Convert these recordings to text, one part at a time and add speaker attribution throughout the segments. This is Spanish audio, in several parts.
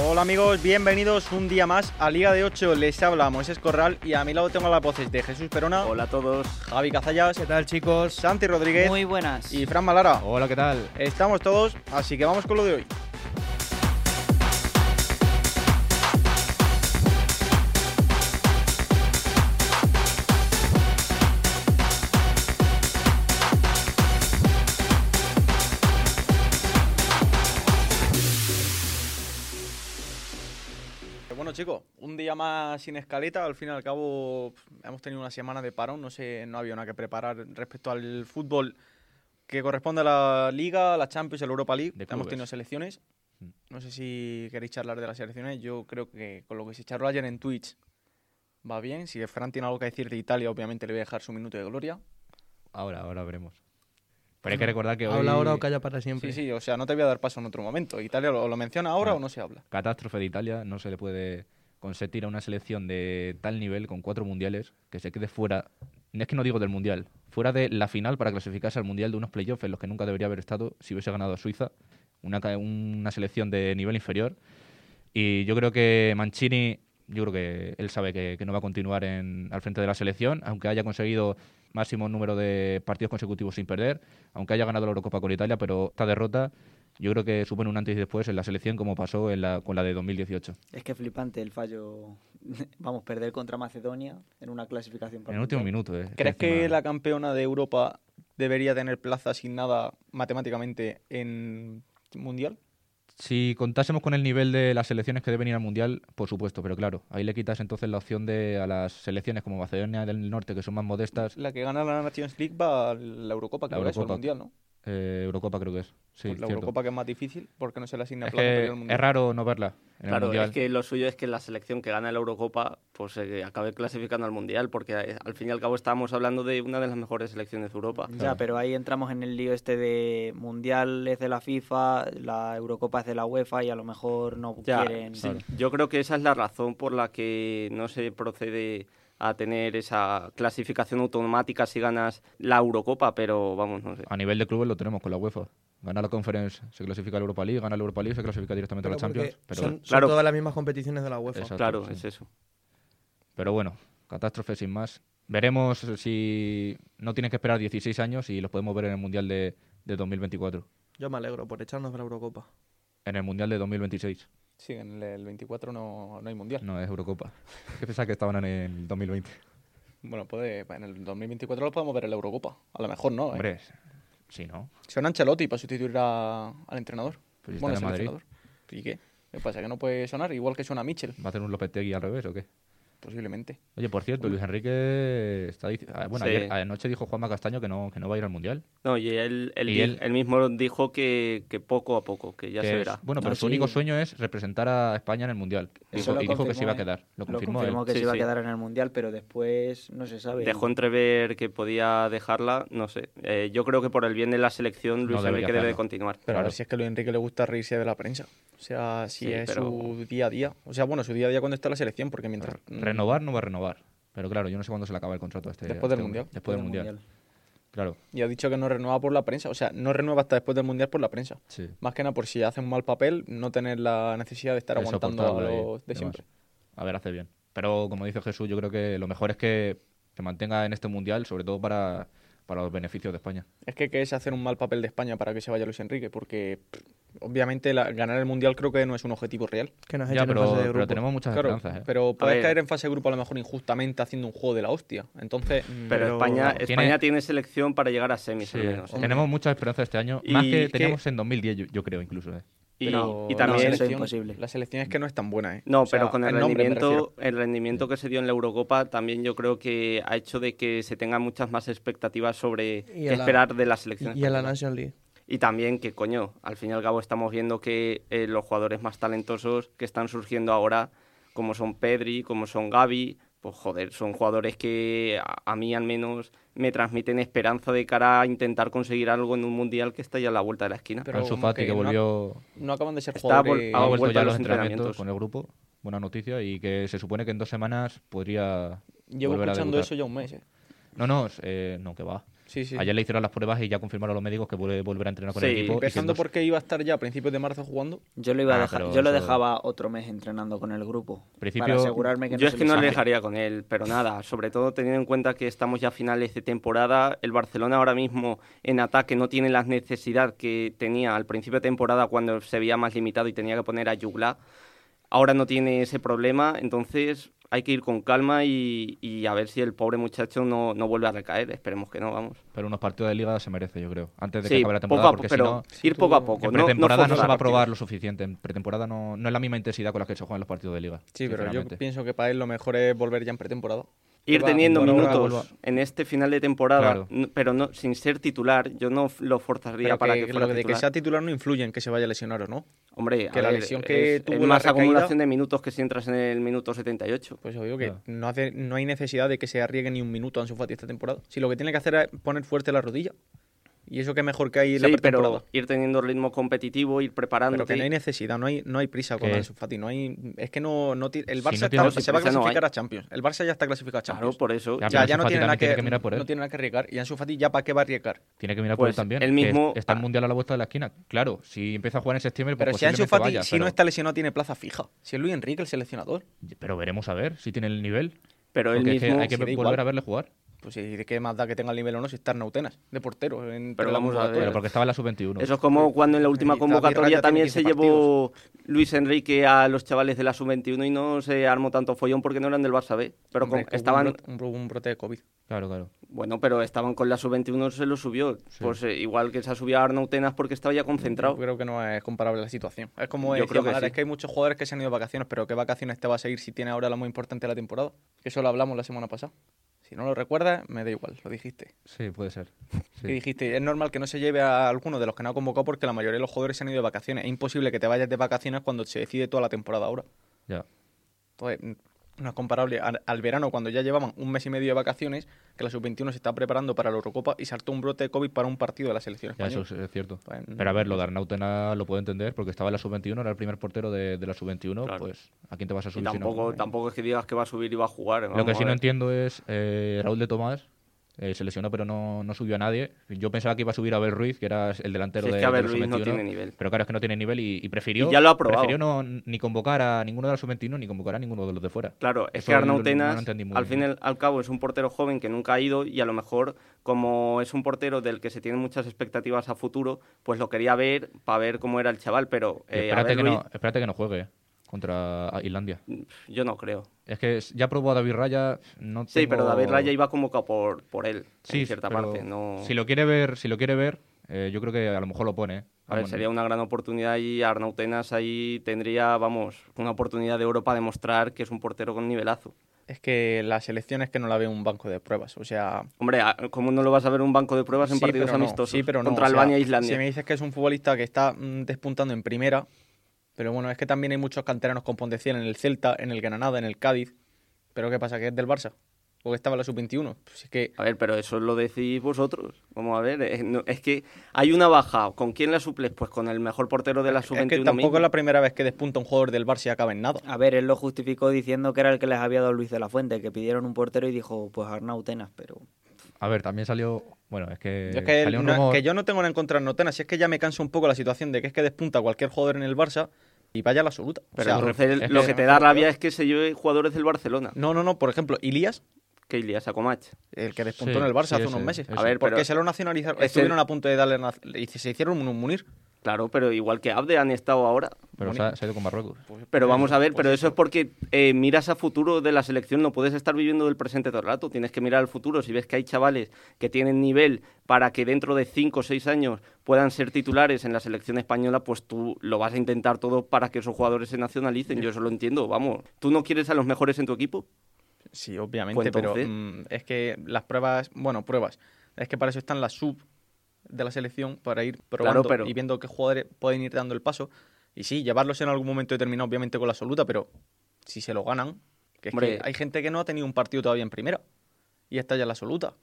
Speaker 1: Hola amigos, bienvenidos un día más a Liga de 8. Les habla Moisés Corral y a mi lado tengo las voces de Jesús Perona,
Speaker 2: Hola a todos.
Speaker 1: Javi Cazallas,
Speaker 3: ¿Qué tal, chicos?
Speaker 1: Santi Rodríguez
Speaker 4: Muy buenas.
Speaker 1: y Fran Malara.
Speaker 3: Hola, ¿qué tal?
Speaker 1: Estamos todos, así que vamos con lo de hoy. Pues Bueno chicos, un día más sin escaleta, al fin y al cabo pf, hemos tenido una semana de parón, no sé, no había nada que preparar respecto al fútbol que corresponde a la Liga, a la Champions, a la Europa League.
Speaker 3: De
Speaker 1: Hemos
Speaker 3: clubes. Mm.
Speaker 1: tenido selecciones. No sé si queréis charlar de las selecciones. Yo creo que con lo que se charló ayer en Twitch va bien. Si Fran tiene algo que decir de Italia, obviamente le voy a dejar su minuto de gloria.
Speaker 3: Ahora, ahora veremos. Pero hay que recordar que hoy...
Speaker 5: Em, Habla ahora o calla para siempre.
Speaker 1: Sí, sí, o sea, no te voy a dar paso en otro momento. Italia lo, lo menciona ahora
Speaker 3: Ah.
Speaker 1: o no se habla.
Speaker 3: Catástrofe de Italia, no se le puede consentir a una selección de tal nivel, con cuatro mundiales, que se quede fuera, no es que no digo del mundial, fuera de la final para clasificarse al mundial de unos playoffs en los que nunca debería haber estado si hubiese ganado a Suiza, una, ca- una selección de nivel inferior. Y yo creo que Mancini, yo creo que él sabe que, que no va a continuar en- al frente de la selección, aunque haya conseguido máximo número de partidos consecutivos sin perder, aunque haya ganado la Eurocopa con Italia, pero esta derrota yo creo que supone un antes y después en la selección como pasó en la, con la de 2018.
Speaker 2: Es que flipante el fallo. Vamos, perder contra Macedonia en una clasificación.
Speaker 3: En
Speaker 2: para
Speaker 3: el último
Speaker 2: Mundial.
Speaker 3: minuto, eh,
Speaker 1: ¿Crees que
Speaker 3: encima-
Speaker 1: la campeona de Europa debería tener plaza asignada matemáticamente en Mundial?
Speaker 3: Si contásemos con el nivel de las selecciones que deben ir al Mundial, por supuesto, pero claro, ahí le quitas entonces la opción de a las selecciones como Macedonia del Norte, que son más modestas,
Speaker 1: Pues La que gana la Nations League va a la Eurocopa, que
Speaker 3: La
Speaker 1: ahora es el
Speaker 3: Eurocopa.
Speaker 1: Mundial, ¿no?
Speaker 3: eh, Eurocopa creo que es. Sí,
Speaker 1: Pues la
Speaker 3: cierto.
Speaker 1: Eurocopa que es más difícil porque no se le asigna
Speaker 3: es,
Speaker 1: plaza
Speaker 3: que
Speaker 1: previa al Mundial.
Speaker 3: es raro no verla en el
Speaker 6: Claro,
Speaker 3: Mundial.
Speaker 6: es que lo suyo es que la selección que gana la Eurocopa pues eh, acabe clasificando al Mundial, porque eh, al fin y al cabo estábamos hablando de una de las mejores selecciones de Europa.
Speaker 3: Claro.
Speaker 2: Ya, pero ahí entramos en el lío este de Mundial es de la FIFA, la Eurocopa es de la UEFA y a lo mejor no
Speaker 6: Ya,
Speaker 2: quieren.
Speaker 6: sí, Yo creo que esa es la razón por la que no se procede a tener esa clasificación automática si ganas la Eurocopa, pero vamos, no sé.
Speaker 3: A nivel de clubes lo tenemos con la UEFA. Gana la Conference, se clasifica a la Europa League, gana la Europa League, se clasifica directamente
Speaker 5: Pero
Speaker 3: a la Champions.
Speaker 5: porque
Speaker 3: Pero,
Speaker 5: son, son
Speaker 6: Claro.
Speaker 5: todas las mismas competiciones de la UEFA.
Speaker 3: Exacto,
Speaker 6: claro,
Speaker 3: sí.
Speaker 6: es eso.
Speaker 3: pero bueno, catástrofe sin más. Veremos si no tienen que esperar 16 años y los podemos ver en el Mundial de, de 2024.
Speaker 5: Yo me alegro por echarnos de la Eurocopa.
Speaker 3: En el Mundial de 2026.
Speaker 1: Sí, en el 24 no, no hay mundial.
Speaker 3: No, es Eurocopa. ¿Qué pensaba que estaban en el 2020?
Speaker 1: Bueno, puede, en el 2024 lo podemos ver en la Eurocopa. A lo mejor no. ¿eh?
Speaker 3: Hombre, sí, ¿no?
Speaker 1: Son Ancelotti para sustituir a- al entrenador.
Speaker 3: Pues si
Speaker 1: bueno,
Speaker 3: está en
Speaker 1: es el
Speaker 3: Madrid.
Speaker 1: entrenador. ¿Y qué? ¿Qué pasa? ¿Que no puede sonar? Igual que suena Mitchell,
Speaker 3: ¿Va a tener un Lopetegui al revés o qué?
Speaker 1: posiblemente.
Speaker 3: Oye, por cierto, Luis Enrique está dic- ah, Bueno,
Speaker 6: Sí.
Speaker 3: ayer, anoche dijo Juanma Castaño que no, que no va a ir al Mundial.
Speaker 6: No, y él, él
Speaker 3: Y
Speaker 6: di-
Speaker 3: él-
Speaker 6: él mismo dijo que, que poco a poco, que ya
Speaker 3: que
Speaker 6: se
Speaker 3: es-
Speaker 6: verá.
Speaker 3: bueno,
Speaker 2: No,
Speaker 1: Ah,
Speaker 3: pero su
Speaker 2: sí.
Speaker 3: único sueño es representar a España en el Mundial.
Speaker 1: Eso
Speaker 3: Dijo-
Speaker 1: lo
Speaker 3: y dijo que se
Speaker 1: confirmó,
Speaker 3: iba a
Speaker 1: ¿eh?
Speaker 3: quedar. Lo
Speaker 2: Lo
Speaker 3: confirmó, él.
Speaker 2: confirmó que
Speaker 6: Sí,
Speaker 2: se iba
Speaker 6: sí.
Speaker 2: a quedar en el Mundial, pero después no se
Speaker 3: eh,
Speaker 2: sabe.
Speaker 6: Dejó entrever que podía dejarla, no sé. Eh, yo creo que por el bien de la selección, Luis
Speaker 3: debería
Speaker 6: Enrique debe de
Speaker 3: hacerlo.
Speaker 6: continuar.
Speaker 1: Pero a ver
Speaker 3: Claro.
Speaker 1: si es que a Luis Enrique le gusta reírse de la prensa. O sea, si
Speaker 6: Sí,
Speaker 1: es
Speaker 6: pero-
Speaker 1: su día a día. O sea, bueno, su día a día cuando está la selección, porque mientras. mm,
Speaker 3: Renovar no va a renovar. Pero claro, yo no sé cuándo se le acaba el contrato a este.
Speaker 1: Después
Speaker 3: a
Speaker 1: del
Speaker 3: este
Speaker 1: Mundial.
Speaker 3: hombre. Después del mundial. Claro.
Speaker 1: Y ha dicho que no renueva por la prensa. O sea, no renueva hasta después del mundial por la prensa.
Speaker 3: Sí.
Speaker 1: Más que nada por si hace un mal papel, no tener la necesidad de estar
Speaker 3: Es
Speaker 1: aguantando a
Speaker 3: soportable y
Speaker 1: los de
Speaker 3: demás.
Speaker 1: siempre.
Speaker 3: A ver, hace bien. Pero como dice Jesús, yo creo que lo mejor es que se mantenga en este mundial, sobre todo para, para los beneficios de España.
Speaker 1: Es que, que es hacer un mal papel de España para que se vaya Luis Enrique, porque pff, obviamente la- ganar el Mundial creo que no es un objetivo real.
Speaker 5: Que nos
Speaker 3: Ya,
Speaker 5: echen en
Speaker 3: pero,
Speaker 5: fase de
Speaker 3: pero
Speaker 5: grupo.
Speaker 3: tenemos muchas
Speaker 1: Claro,
Speaker 3: esperanzas. ¿eh?
Speaker 1: pero puedes
Speaker 6: ver.
Speaker 1: caer en fase de grupo a lo mejor injustamente haciendo un juego de la hostia. Entonces, mm,
Speaker 6: Pero,
Speaker 5: Pero-
Speaker 6: España,
Speaker 3: Tiene-
Speaker 6: España tiene selección para llegar a semis,
Speaker 3: Sí,
Speaker 6: al menos. ¿eh?
Speaker 1: Oh,
Speaker 3: tenemos muchas esperanzas este año,
Speaker 6: Y
Speaker 3: más que
Speaker 6: es que-
Speaker 3: teníamos en 2010, yo, yo creo, incluso. ¿eh?
Speaker 6: Y,
Speaker 1: pero
Speaker 6: y
Speaker 1: la
Speaker 6: también...
Speaker 2: eso es
Speaker 1: selección-
Speaker 2: imposible.
Speaker 1: La selección es que no es tan buena, ¿eh?
Speaker 6: No,
Speaker 1: O sea,
Speaker 6: pero con el
Speaker 1: en nombre me
Speaker 6: rendimiento,
Speaker 1: refiero.
Speaker 6: el rendimiento que se dio en la Eurocopa también yo creo que ha hecho de que se tengan muchas más expectativas sobre
Speaker 5: Y
Speaker 6: qué
Speaker 5: a la-
Speaker 6: esperar de la selección.
Speaker 5: Y, y en la
Speaker 6: española.
Speaker 5: National League.
Speaker 6: Y también que, coño, al fin y al cabo estamos viendo que eh, los jugadores más talentosos que están surgiendo ahora, como son Pedri, como son Gaby, pues joder, son jugadores que a, a mí al menos me transmiten esperanza de cara a intentar conseguir algo en un mundial que está ya a la vuelta de la esquina.
Speaker 1: Pero
Speaker 3: Ansu
Speaker 1: como
Speaker 3: Fati,
Speaker 1: que
Speaker 3: que,
Speaker 1: no-
Speaker 3: volvió,
Speaker 1: No acaban de ser
Speaker 6: Está
Speaker 1: jugadores...
Speaker 6: vol- ha
Speaker 3: ha
Speaker 6: Ah,
Speaker 3: vuelto
Speaker 6: vuelto
Speaker 3: ya
Speaker 6: a
Speaker 3: a los
Speaker 6: los
Speaker 3: entrenamientos
Speaker 6: entrenamientos.
Speaker 3: con el grupo. Buena noticia. Y que se supone que en dos semanas podría.
Speaker 1: Llevo
Speaker 3: volver a
Speaker 1: escuchando
Speaker 3: debutar.
Speaker 1: eso ya un mes, ¿eh?
Speaker 3: No, no, eh, no, que va.
Speaker 1: Sí, sí.
Speaker 3: Ayer le hicieron las pruebas y ya confirmaron los médicos que puede volver a entrenar con el
Speaker 6: Sí,
Speaker 3: equipo. y que
Speaker 1: Empezando
Speaker 3: en dos-
Speaker 1: porque iba a estar ya a principios de marzo jugando.
Speaker 2: Yo lo iba a
Speaker 3: Ah,
Speaker 2: dejar,
Speaker 3: pero
Speaker 2: yo lo
Speaker 3: eso-
Speaker 2: dejaba otro mes entrenando con el grupo.
Speaker 3: Principio-
Speaker 2: Para asegurarme que no
Speaker 6: Yo es
Speaker 2: se
Speaker 6: que
Speaker 2: me
Speaker 6: no le
Speaker 2: sale.
Speaker 6: dejaría con él, pero nada, sobre todo teniendo en cuenta que estamos ya a finales de temporada, el Barcelona ahora mismo en ataque no tiene la necesidad que tenía al principio de temporada cuando se veía más limitado y tenía que poner a Yugla, ahora no tiene ese problema, entonces hay que ir con calma y, y a ver si el pobre muchacho no, no vuelve a recaer, esperemos que no, vamos.
Speaker 3: Pero unos partidos de liga se merece, yo creo. Antes de que
Speaker 6: Sí,
Speaker 3: acabe la
Speaker 6: poco
Speaker 3: temporada,
Speaker 6: a poco,
Speaker 3: porque si
Speaker 6: pero
Speaker 3: no,
Speaker 6: ir poco a poco.
Speaker 3: en
Speaker 6: no- no
Speaker 3: pretemporada no, se
Speaker 6: forzar
Speaker 3: va a
Speaker 6: partidos.
Speaker 3: probar lo suficiente. En pretemporada no, no es la misma intensidad con la que se juegan los partidos de liga.
Speaker 1: Sí, pero yo
Speaker 3: sinceramente.
Speaker 1: pienso que para él lo mejor es volver ya en pretemporada.
Speaker 6: Ir
Speaker 1: Va,
Speaker 6: teniendo
Speaker 1: ahora
Speaker 6: minutos
Speaker 1: vuelva.
Speaker 6: en este final de temporada,
Speaker 3: Claro.
Speaker 6: n- pero no sin ser titular, yo no f- lo forzaría
Speaker 1: Pero
Speaker 6: para
Speaker 1: que,
Speaker 6: que,
Speaker 1: que
Speaker 6: fuera
Speaker 1: lo de que
Speaker 6: titular.
Speaker 1: sea titular no influye en que se vaya a lesionar o no.
Speaker 6: Hombre,
Speaker 1: que
Speaker 6: a
Speaker 1: la
Speaker 6: ver,
Speaker 1: lesión que
Speaker 6: es,
Speaker 1: tuvo
Speaker 6: es
Speaker 1: la
Speaker 6: más
Speaker 1: recaída-
Speaker 6: acumulación de minutos que si entras en el minuto 78.
Speaker 1: Pues yo digo que
Speaker 3: Claro.
Speaker 1: no, hace, no hay necesidad de que se arriesgue ni un minuto a Ansu Fati esta temporada. Si lo que tiene que hacer es poner fuerte la rodilla. Y eso que mejor que hay en la
Speaker 6: sí,
Speaker 1: pretemporada.
Speaker 6: pero ir teniendo ritmo competitivo, ir
Speaker 1: Pero
Speaker 6: preparándote.
Speaker 1: que no hay necesidad, no hay, no hay prisa con
Speaker 3: Que-
Speaker 1: Ansu Fati. No hay, es que no, no ti- el
Speaker 3: Si no
Speaker 1: Barça está-
Speaker 3: tienes
Speaker 1: se va a
Speaker 6: prisa, no hay.
Speaker 1: clasificar a Champions. El Barça ya está clasificado a
Speaker 6: claro,
Speaker 1: Champions.
Speaker 6: por eso.
Speaker 1: ya,
Speaker 3: Ya, pero
Speaker 1: ya
Speaker 3: Ansu
Speaker 1: no
Speaker 3: Fati
Speaker 1: tiene nada
Speaker 3: también
Speaker 1: que,
Speaker 3: tiene que mirar por él.
Speaker 1: no tiene nada que arriesgar. Y Ansu Fati ya para qué va a arriesgar.
Speaker 3: Tiene que mirar
Speaker 6: Pues,
Speaker 3: por él también.
Speaker 6: él
Speaker 3: que
Speaker 6: mismo-
Speaker 3: está el
Speaker 6: ah.
Speaker 3: mundial a la vuelta de la esquina. Claro, si empieza a jugar en septiembre, pues
Speaker 1: Pero si Ansu
Speaker 3: posiblemente
Speaker 1: Fati,
Speaker 3: vaya,
Speaker 1: si
Speaker 3: pero,
Speaker 1: no está lesionado, tiene plaza fija. Si es Luis Enrique el seleccionador,
Speaker 3: pero veremos a ver si tiene el nivel.
Speaker 6: Pero él
Speaker 3: porque es que
Speaker 6: mismo.
Speaker 3: hay que
Speaker 1: si da
Speaker 3: volver
Speaker 1: igual.
Speaker 3: a verle jugar.
Speaker 1: pues sí, ¿de qué más da que tenga el nivel o no si está Nautenas, de portero. en-
Speaker 6: Pero
Speaker 1: en la
Speaker 6: vamos a ver.
Speaker 1: convocatoria?
Speaker 3: Pero porque estaba en la sub-21.
Speaker 6: Pues, Eso es como cuando en la última
Speaker 1: David
Speaker 6: convocatoria
Speaker 1: Raya tiene
Speaker 6: también
Speaker 1: 15
Speaker 6: se llevó Luis Enrique a los chavales de la sub-21 y no se armó tanto follón porque no eran del Barça B. Pero
Speaker 1: Hombre,
Speaker 6: con-
Speaker 1: que hubo un
Speaker 6: estaban,
Speaker 1: brote, un bro- un brote de COVID.
Speaker 3: Claro, claro.
Speaker 6: bueno, pero estaban con la sub-21, se lo subió. Pues eh, igual que se ha subido a Arnautenas porque estaba ya
Speaker 1: Yo
Speaker 6: concentrado.
Speaker 1: creo que no es comparable la situación. Es como
Speaker 6: Yo
Speaker 1: decía
Speaker 6: creo que
Speaker 1: Manara,
Speaker 6: sí.
Speaker 1: es que hay muchos jugadores que se han ido de vacaciones, pero ¿qué vacaciones te va a seguir si tiene ahora la muy importante de la temporada? Que eso lo hablamos la semana pasada. Si no lo recuerdas, me da igual, lo dijiste.
Speaker 3: Sí, puede ser. Sí.
Speaker 1: Y dijiste, es normal que no se lleve a alguno de los que no ha convocado porque la mayoría de los jugadores se han ido de vacaciones. Es imposible que te vayas de vacaciones cuando se decide toda la temporada ahora.
Speaker 3: Ya.
Speaker 1: Entonces, mm, no es comparable al, al verano, cuando ya llevaban un mes y medio de vacaciones, que la sub-21 se está preparando para la Eurocopa y saltó un brote de COVID para un partido de la selección
Speaker 3: Ya, eso
Speaker 1: española.
Speaker 3: es, es cierto.
Speaker 1: Pues,
Speaker 3: Pero a ver, lo de Arnautena lo puedo entender porque estaba en la sub-21, era el primer portero de, de la sub-21.
Speaker 6: Claro.
Speaker 3: Pues, ¿a quién te vas a
Speaker 6: Y
Speaker 3: subir? si no?
Speaker 6: tampoco, tampoco es que digas que va a subir y va a jugar.
Speaker 3: Lo que
Speaker 6: vamos
Speaker 3: sí
Speaker 6: a
Speaker 3: no
Speaker 6: ver.
Speaker 3: entiendo es eh, Raúl de Tomás. eh, se lesionó, pero no, no subió a nadie. Yo pensaba que iba a subir a Abel Ruiz, que era el delantero
Speaker 6: Si es
Speaker 3: de,
Speaker 6: que
Speaker 3: de
Speaker 6: Abel
Speaker 3: la
Speaker 6: Ruiz no
Speaker 3: sub-21,
Speaker 6: tiene nivel.
Speaker 3: Pero claro, es que no tiene nivel y, y prefirió,
Speaker 6: Y ya lo ha probado.
Speaker 3: prefirió no, ni convocar a ninguno de los sub-21 ni convocar a ninguno de los de fuera.
Speaker 6: Claro, es
Speaker 3: Eso
Speaker 6: que
Speaker 3: lo- lo- no
Speaker 6: Arnautenas,
Speaker 3: lo entendí muy
Speaker 6: al
Speaker 3: bien.
Speaker 6: fin y al cabo, es un portero joven que nunca ha ido y a lo mejor, como es un portero del que se tienen muchas expectativas a futuro, pues lo quería ver para ver cómo era el chaval, pero
Speaker 3: Y
Speaker 6: eh,
Speaker 3: espérate,
Speaker 6: Abel
Speaker 3: que
Speaker 6: Ruiz,
Speaker 3: no, espérate que no juegue contra Islandia.
Speaker 6: yo no creo.
Speaker 3: Es que es- ya probó a David Raya. No
Speaker 6: Sí,
Speaker 3: tengo-
Speaker 6: pero David Raya iba convocado por, por él, en cierta
Speaker 3: pero
Speaker 6: parte. No...
Speaker 3: Si lo quiere ver, si lo quiere ver eh, yo creo que a lo mejor lo pone. ¿eh?
Speaker 6: A ver,
Speaker 3: Vamos,
Speaker 6: sería una gran oportunidad y Arnautenas ahí tendría, vamos, una oportunidad de oro para demostrar que es un portero con nivelazo.
Speaker 1: Es que la selección es que no la ve un banco de pruebas. O sea,
Speaker 6: Hombre, a- ¿cómo no lo vas a ver un banco de pruebas en
Speaker 1: sí,
Speaker 6: partidos
Speaker 1: pero no,
Speaker 6: amistosos
Speaker 1: sí, pero no,
Speaker 6: contra
Speaker 1: o sea,
Speaker 6: Albania e Islandia?
Speaker 1: Si me dices que es un futbolista que está mm, despuntando en primera, pero bueno, es que también hay muchos canteranos con Pondeciel en el Celta, en el Granada, en el Cádiz. Pero ¿qué pasa? ¿Que es del Barça? ¿O que estaba en la sub-21? Pues es que
Speaker 6: A ver, pero eso lo decís vosotros. Vamos a ver, es, no- es que hay una baja. ¿Con quién la suples? Pues con el mejor portero de la
Speaker 1: Es
Speaker 6: sub-21.
Speaker 1: que tampoco
Speaker 6: mismo.
Speaker 1: es la primera vez que despunta un jugador del Barça y acaba en
Speaker 3: Eh,
Speaker 1: nada.
Speaker 2: A ver, él lo justificó diciendo que era el que les había dado Luis de la Fuente, que pidieron un portero y dijo, pues Arnautenas, pero
Speaker 3: A ver, también salió. Bueno, es que.
Speaker 1: Yo es que,
Speaker 3: salió un
Speaker 1: no-
Speaker 3: rumor-
Speaker 1: que yo no tengo nada en contra de Notena, si es que ya me cansa un poco la situación de que es que despunta cualquier jugador en el Barça y vaya a la absoluta. O
Speaker 6: Pero
Speaker 1: sea,
Speaker 6: entonces
Speaker 3: es
Speaker 6: lo
Speaker 3: que-
Speaker 6: que te da rabia es que se lleve jugadores del Barcelona,
Speaker 1: no, no, no, por ejemplo, Ilias,
Speaker 6: que Ilya Sakomac.
Speaker 1: el que despuntó
Speaker 3: Sí,
Speaker 1: en el Barça
Speaker 3: sí,
Speaker 1: hace
Speaker 3: ese,
Speaker 1: unos meses.
Speaker 3: ese.
Speaker 6: A ver,
Speaker 1: porque
Speaker 6: pero-
Speaker 1: se lo nacionalizaron,
Speaker 6: ese-
Speaker 1: estuvieron a punto de darle na- y se hicieron un munir.
Speaker 6: Claro, pero igual que Abde han estado ahora.
Speaker 3: Pero se ha, se ha ido con Marruecos.
Speaker 6: Pero vamos a ver, pero eso es porque eh, miras a futuro de la selección, no puedes estar viviendo del presente todo el rato, tienes que mirar al futuro, si ves que hay chavales que tienen nivel para que dentro de 5 o 6 años puedan ser titulares en la selección española, pues tú lo vas a intentar todo para que esos jugadores se nacionalicen, yo eso lo entiendo, vamos, tú no quieres a los mejores en tu equipo,
Speaker 1: Sí, obviamente,
Speaker 6: Pues entonces-
Speaker 1: pero mm, es que las pruebas, bueno, pruebas, es que para eso están las sub de la selección, para ir probando
Speaker 6: pero-
Speaker 1: y viendo qué jugadores pueden ir dando el paso. Y sí, llevarlos en algún momento determinado, obviamente con la absoluta, pero si se lo ganan, que es
Speaker 6: Hombre.
Speaker 1: que hay gente que no ha tenido un partido todavía en primera y está ya en la absoluta.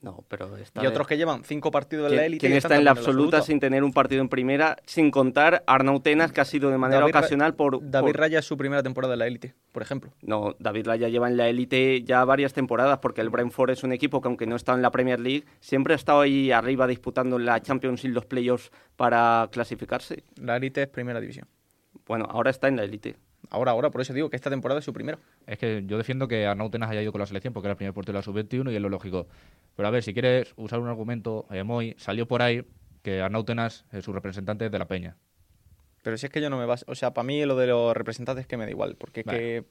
Speaker 6: No, pero está
Speaker 1: Y
Speaker 6: de-
Speaker 1: otros que llevan cinco partidos en
Speaker 6: ¿Quién-
Speaker 1: la élite. y
Speaker 6: ¿Quién
Speaker 1: que
Speaker 6: está
Speaker 1: están
Speaker 6: en la
Speaker 1: también
Speaker 6: absoluta, sin tener un partido en primera? Sin contar Arnau Tenas, que ha sido de manera
Speaker 1: David Ra-
Speaker 6: ocasional por...
Speaker 1: David
Speaker 6: por-
Speaker 1: Raya es su primera temporada en la élite, por ejemplo.
Speaker 6: No, David Raya lleva en la élite ya varias temporadas, porque el Brentford es un equipo que aunque no está en la Premier League, siempre ha estado ahí arriba disputando en la Champions y los playoffs para clasificarse.
Speaker 1: La élite es primera división.
Speaker 6: Bueno, ahora está en la élite.
Speaker 1: Ahora, ahora, por eso digo que esta temporada es su primera.
Speaker 3: Es que yo defiendo que Arnau Tenas haya ido con la selección porque era el primer portero de la sub-21 y es lo lógico. Pero a ver, si quieres usar un argumento, eh, Moy salió por ahí que Arnau Tenas, eh, su representante es de la Peña.
Speaker 1: Pero si es que yo no me vas. O sea, para mí lo de los representantes es que me da igual. Porque es
Speaker 3: Vale.
Speaker 1: que.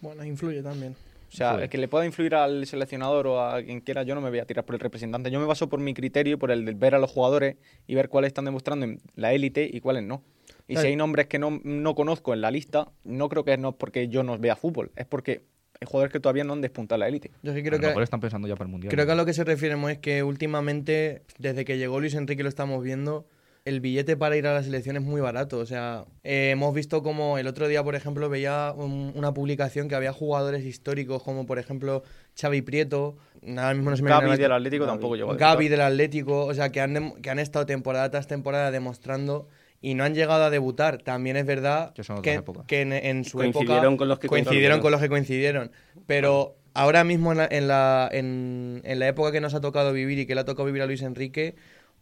Speaker 5: Bueno, influye también.
Speaker 1: O sea,
Speaker 3: Influye.
Speaker 1: el que le pueda influir al seleccionador o a quien quiera, yo no me voy a tirar por el representante. Yo me baso por mi criterio y por el de ver a los jugadores y ver cuáles están demostrando en la élite y cuáles no. Y si
Speaker 5: Claro.
Speaker 1: hay nombres que no, no conozco en la lista, no creo que no es porque yo no vea fútbol, es porque hay jugadores que todavía no han despuntado en la élite.
Speaker 5: Yo sí
Speaker 3: Creo a
Speaker 5: creo
Speaker 3: lo mejor
Speaker 5: que,
Speaker 3: están pensando ya para el Mundial.
Speaker 5: creo que a lo que se refiere Mo, es que últimamente, desde que llegó Luis Enrique lo estamos viendo, el billete para ir a la selección es muy barato. O sea, eh, hemos visto como el otro día, por ejemplo, veía un- una publicación que había jugadores históricos como, por ejemplo, Xavi Prieto. Ahora mismo no se me viene
Speaker 1: Gaby
Speaker 5: a la-
Speaker 1: del Atlético tampoco llegó. a
Speaker 5: Gaby
Speaker 1: debutar.
Speaker 5: del Atlético, o sea, que han, dem- que han estado temporada tras temporada demostrando y no han llegado a debutar. También es verdad
Speaker 3: Que son otras
Speaker 5: que,
Speaker 3: épocas.
Speaker 5: que en, en su
Speaker 6: Coincidieron
Speaker 5: época
Speaker 6: con los que coincidieron.
Speaker 5: coincidieron con los que coincidieron. Pero ahora mismo en la, en, la, en- en la época que nos ha tocado vivir y que le ha tocado vivir a Luis Enrique,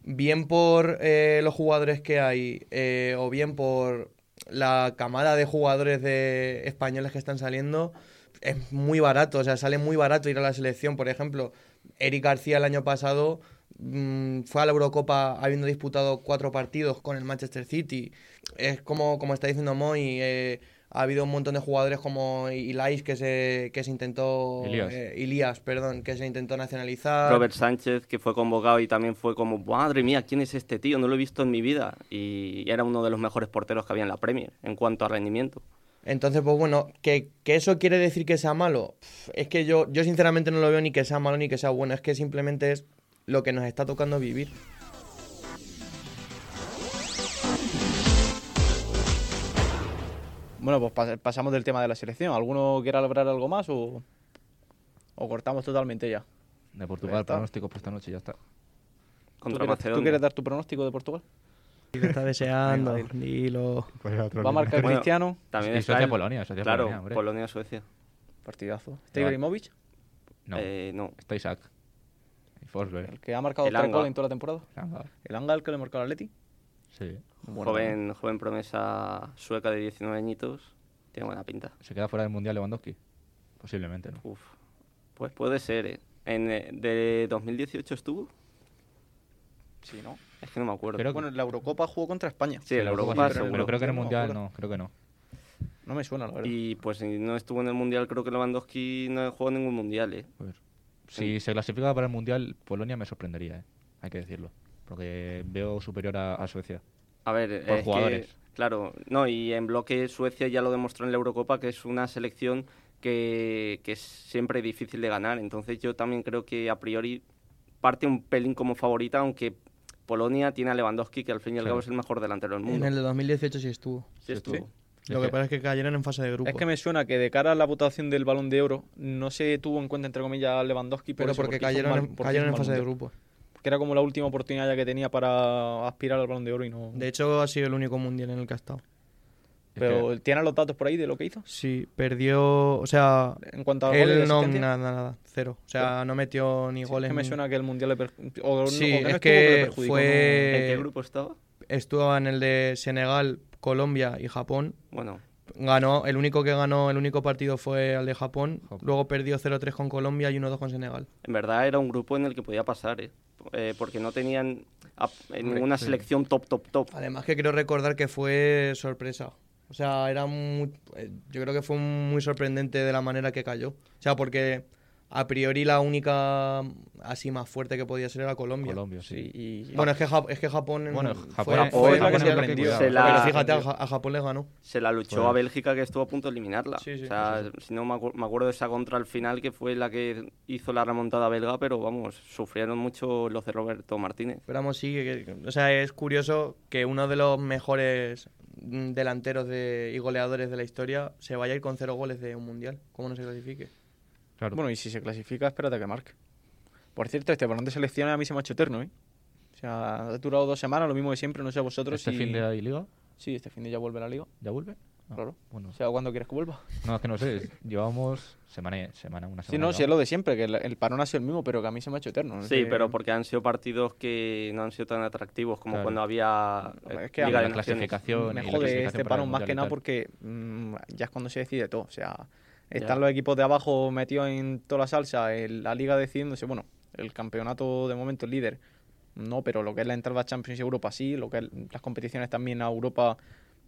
Speaker 5: bien por eh, los jugadores que hay eh, o bien por la camada de jugadores de españoles que están saliendo, es muy barato, o sea, sale muy barato ir a la selección. Por ejemplo, Eric García el año pasado mm, fue a la Eurocopa habiendo disputado cuatro partidos con el Manchester City. Es como, como está diciendo Moy, eh, ha habido un montón de jugadores como Ilais que se, que se intentó...
Speaker 3: Ilías.
Speaker 5: eh, Ilías, perdón, que se intentó
Speaker 1: Ah.
Speaker 5: nacionalizar.
Speaker 6: Robert Sánchez, que fue convocado y también fue como, madre mía, ¿quién es este tío? No lo he visto en mi vida. Y era uno de los mejores porteros que había en la Premier en cuanto a rendimiento.
Speaker 5: Entonces, pues bueno, ¿que, que eso quiere decir que sea malo? Pf, Es que yo, yo sinceramente no lo veo ni que sea malo ni que sea bueno, es que simplemente es lo que nos está tocando vivir.
Speaker 1: Bueno, pues pas- pasamos del tema de la selección. ¿Alguno quiere hablar algo más o, o cortamos totalmente ya?
Speaker 3: De
Speaker 1: Ahí
Speaker 3: Portugal,
Speaker 1: está.
Speaker 3: pronósticos para esta noche, ya está.
Speaker 1: ¿Tú
Speaker 6: Contra
Speaker 1: quieres, tú
Speaker 6: Macedonia.
Speaker 1: quieres dar tu pronóstico de Portugal?
Speaker 5: Lo está deseando,
Speaker 1: Venga,
Speaker 5: dilo.
Speaker 1: Va a marcar
Speaker 6: Bueno,
Speaker 1: Cristiano.
Speaker 6: También
Speaker 3: Y
Speaker 6: está
Speaker 3: Suecia,
Speaker 6: el-
Speaker 3: Polonia, Suecia,
Speaker 6: claro,
Speaker 3: Polonia, hombre.
Speaker 6: Suecia.
Speaker 1: Partidazo. Está
Speaker 3: Va.
Speaker 1: Ibrahimovic,
Speaker 3: No,
Speaker 6: Eh, no.
Speaker 3: está Isaac. Y
Speaker 1: el
Speaker 3: Forsberg.
Speaker 1: que ha marcado
Speaker 6: El
Speaker 1: tres
Speaker 6: Anga.
Speaker 1: goles en toda la temporada.
Speaker 3: Langa,
Speaker 1: El Anga, el que le marcó al Atleti.
Speaker 3: Sí.
Speaker 1: Bueno,
Speaker 6: joven, joven promesa sueca de 19 añitos. Tiene buena pinta.
Speaker 3: ¿Se queda fuera del Mundial Lewandowski? Posiblemente, ¿no?
Speaker 6: Uf. Pues puede ser, ¿eh? En, eh, ¿De 2018 estuvo?
Speaker 1: Sí, ¿no?
Speaker 6: Es que no me acuerdo.
Speaker 3: Creo que-
Speaker 1: Bueno, en la Eurocopa jugó contra España.
Speaker 6: Sí, en la
Speaker 3: la
Speaker 6: Eurocopa,
Speaker 3: Eurocopa sí,
Speaker 6: seguro.
Speaker 3: Pero creo que en el
Speaker 1: No me
Speaker 3: Mundial
Speaker 1: acuerdo.
Speaker 3: no, creo que no.
Speaker 1: No me suena, la verdad.
Speaker 6: Y pues si no estuvo en el Mundial, creo que Lewandowski no jugó ningún Mundial, ¿eh?
Speaker 3: Pues, si se clasifica para el Mundial, Polonia me sorprendería, ¿eh? hay que decirlo. Porque veo superior a, a Suecia.
Speaker 6: A ver,
Speaker 3: Por
Speaker 6: es
Speaker 3: jugadores.
Speaker 6: que, claro, no, y en bloque Suecia ya lo demostró en la Eurocopa, que es una selección que, que es siempre difícil de ganar. Entonces yo también creo que a priori parte un pelín como favorita, aunque Polonia tiene a Lewandowski, que al fin y al
Speaker 3: Claro.
Speaker 6: cabo es el mejor delantero del
Speaker 5: En
Speaker 6: mundo.
Speaker 5: el de 2018 sí estuvo.
Speaker 6: Sí, estuvo.
Speaker 1: Sí.
Speaker 5: Lo
Speaker 3: Es
Speaker 5: que
Speaker 3: que-
Speaker 5: pasa es que cayeron en fase de grupo.
Speaker 1: es que me suena que de cara a la votación del Balón de Oro no se tuvo en cuenta, entre comillas, Lewandowski. por
Speaker 5: Pero
Speaker 1: eso,
Speaker 5: porque
Speaker 1: hizo un
Speaker 5: cayeron,
Speaker 1: mal-
Speaker 5: en,
Speaker 1: porque
Speaker 5: cayeron
Speaker 1: hizo
Speaker 5: en
Speaker 1: un mal
Speaker 5: fase de
Speaker 1: Mundial.
Speaker 5: grupo.
Speaker 1: Que era como la última oportunidad ya que tenía para aspirar al Balón de Oro y no...
Speaker 5: De hecho, ha sido el único mundial en el que ha estado.
Speaker 1: Pero ¿tienen los datos por ahí de lo que hizo?
Speaker 5: Sí, perdió. O sea,
Speaker 1: En cuanto a goles y
Speaker 5: él no.
Speaker 1: asistencia.
Speaker 5: Nada, nada, cero. O sea, no metió ni
Speaker 1: Sí, es
Speaker 5: goles.
Speaker 1: que me
Speaker 5: ni-
Speaker 1: suena que el Mundial le per- o- o
Speaker 5: Sí,
Speaker 1: que no
Speaker 5: es
Speaker 1: estuvo,
Speaker 5: que
Speaker 1: pero le perjudicó,
Speaker 5: fue-
Speaker 6: ¿En qué
Speaker 5: Eh,
Speaker 6: grupo estaba?
Speaker 5: Estuvo en el de Senegal, Colombia y Japón.
Speaker 6: Bueno,
Speaker 5: Ganó, el único que ganó, el único partido fue el de Japón.
Speaker 3: Japón.
Speaker 5: Luego perdió 0-3 con Colombia y 1-2 con Senegal.
Speaker 6: en verdad era un grupo en el que podía pasar, ¿eh? Eh, porque no tenían a- en
Speaker 3: Hombre,
Speaker 6: ninguna
Speaker 3: sí.
Speaker 6: selección top, top, top.
Speaker 5: Además que quiero recordar que fue sorpresa. O sea, era muy, eh, yo creo que fue muy sorprendente de la manera que cayó. O sea, porque a priori la única así más fuerte que podía ser era Colombia.
Speaker 3: Colombia,
Speaker 1: ¿no? Sí,
Speaker 3: sí.
Speaker 1: y-
Speaker 5: Bueno, es que, Jap- es que Japón... en-
Speaker 3: Bueno,
Speaker 5: fue-
Speaker 3: Japón-
Speaker 5: fue-
Speaker 6: Japón es la que
Speaker 5: fue-
Speaker 6: se
Speaker 5: sorprendió.
Speaker 6: sorprendió. Se
Speaker 5: Pero
Speaker 6: la-
Speaker 5: fíjate, a, Ja- a Japón le ganó.
Speaker 6: Se la luchó
Speaker 3: Joder.
Speaker 6: a Bélgica, que estuvo a punto de eliminarla.
Speaker 5: Sí, sí.
Speaker 6: o sea, si no me, acu- me acuerdo de esa contra al final, que fue la que hizo la remontada belga, pero vamos, sufrieron mucho los de Roberto Martínez.
Speaker 5: Pero vamos, sí, que- que- o sea, es curioso que uno de los mejores mm, delanteros de, y goleadores de la historia se vaya a ir con cero goles de un mundial. ¿Cómo no se clasifique?
Speaker 3: Claro.
Speaker 1: Bueno, y si se clasifica, espérate a que marque. Por cierto, este balón de selecciones a mí se me ha hecho eterno, ¿eh? O sea, ha durado dos semanas, lo mismo que siempre, no sé a vosotros
Speaker 3: ¿Este
Speaker 1: si...
Speaker 3: fin de la liga?
Speaker 1: Sí, este fin de ya vuelve la liga,
Speaker 3: ¿Ya vuelve? Ah,
Speaker 1: claro.
Speaker 3: Bueno,
Speaker 1: O sea, ¿cuándo quieres que vuelva?
Speaker 3: no, es que no sé. Llevamos semana, semana una semana.
Speaker 1: Sí, no,
Speaker 3: llevamos.
Speaker 1: si es lo de siempre, que el, el parón ha sido el mismo, pero que a mí se me ha hecho eterno. no
Speaker 6: Sí,
Speaker 1: sé.
Speaker 6: pero porque han sido partidos que no han sido tan atractivos como
Speaker 3: Claro.
Speaker 6: cuando había eh,
Speaker 1: Es que a
Speaker 6: Liga
Speaker 1: mí
Speaker 6: de
Speaker 3: la
Speaker 6: Naciones.
Speaker 3: clasificación.
Speaker 1: me
Speaker 3: y la
Speaker 1: jode
Speaker 3: clasificación
Speaker 1: este
Speaker 3: para el
Speaker 1: parón más
Speaker 3: Mundial
Speaker 1: que
Speaker 3: y
Speaker 1: nada
Speaker 3: tal.
Speaker 1: porque mm, ya es cuando se decide todo. O sea, están
Speaker 6: Ya.
Speaker 1: los equipos de abajo metidos en toda la salsa, el- la liga decidiéndose, bueno, el campeonato de momento es líder, no, pero lo que es la entrada a Champions y Europa sí, lo que es las competiciones también a Europa,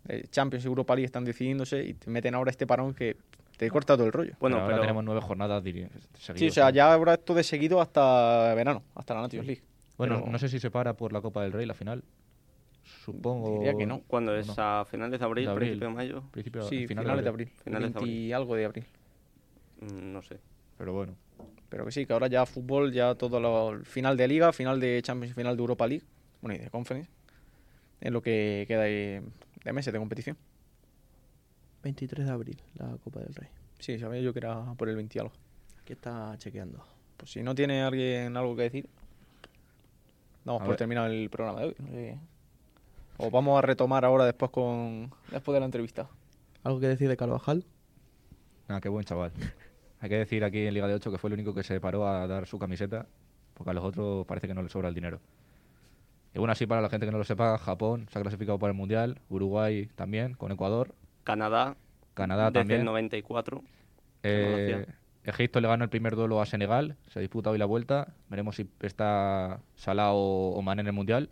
Speaker 1: eh, Champions y Europa League están decidiéndose y te meten ahora este parón que te corta todo el rollo.
Speaker 6: Bueno,
Speaker 3: ahora
Speaker 6: pero,
Speaker 3: tenemos nueve jornadas diri-
Speaker 1: Sí, o
Speaker 3: seguidas,
Speaker 1: sea,
Speaker 3: ¿no?
Speaker 1: ya habrá esto de seguido hasta verano, hasta la Nations League.
Speaker 3: Bueno,
Speaker 1: pero-
Speaker 3: no sé si se para por la Copa del Rey la final. Supongo.
Speaker 1: Diría que no.
Speaker 6: cuando
Speaker 3: ¿O
Speaker 6: es
Speaker 3: no?
Speaker 6: a finales de abril,
Speaker 3: De abril.
Speaker 6: principio de mayo,
Speaker 3: Principio,
Speaker 1: Sí,
Speaker 3: final
Speaker 1: finales de abril,
Speaker 6: Finales de
Speaker 1: 20 y algo de abril.
Speaker 6: mm, no sé.
Speaker 3: Pero bueno.
Speaker 1: Pero que sí, que ahora ya fútbol, ya todo lo, el final de Liga, final de Champions, final de Europa League, bueno, y de Conference, es lo que queda de, de meses de competición.
Speaker 5: 23 de abril, la Copa del Rey.
Speaker 1: Sí, sabía yo que era por el 20 y algo.
Speaker 5: ¿Qué está chequeando?
Speaker 1: Pues si no tiene alguien algo que decir, damos
Speaker 3: A
Speaker 1: por
Speaker 3: ver.
Speaker 1: terminar el programa de hoy. no sé. O vamos a retomar ahora después con después de la entrevista.
Speaker 5: ¿Algo que decir de Carvajal?
Speaker 3: Nada, qué buen chaval. Hay que decir aquí en Liga de 8 que fue el único que se paró a dar su camiseta, porque a los otros parece que no les sobra el dinero. Y bueno, así para la gente que no lo sepa, Japón se ha clasificado para el Mundial, Uruguay también, con Ecuador,
Speaker 6: Canadá,
Speaker 3: Canadá
Speaker 6: desde el
Speaker 3: también.
Speaker 6: 94.
Speaker 3: Eh,
Speaker 6: Croacia.
Speaker 3: Egipto le ganó el primer duelo a Senegal, se disputa hoy la vuelta, veremos si está Salah o, o Mané en el Mundial.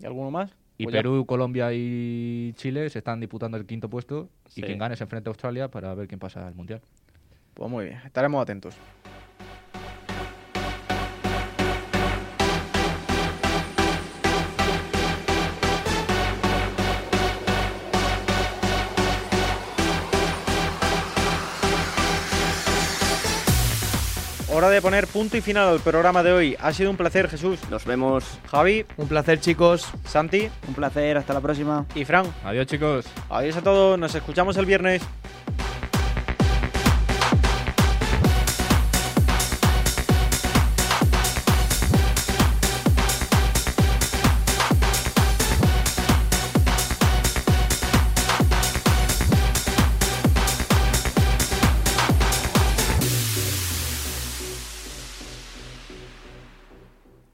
Speaker 1: ¿Y alguno más?
Speaker 3: Y
Speaker 1: Pues ya.
Speaker 3: Perú, Colombia y Chile se están disputando el quinto puesto
Speaker 6: Sí.
Speaker 3: y quien gane se enfrenta a Australia para ver quién pasa al Mundial.
Speaker 1: Pues muy bien, estaremos atentos. Hora de poner punto y final al programa de hoy. Ha sido un placer, Jesús,
Speaker 6: Nos vemos
Speaker 1: Javi,
Speaker 5: Un placer, chicos.
Speaker 1: Santi
Speaker 2: Un placer, hasta la próxima.
Speaker 1: y Fran.
Speaker 3: Adiós chicos.
Speaker 1: Adiós a todos, nos escuchamos el viernes.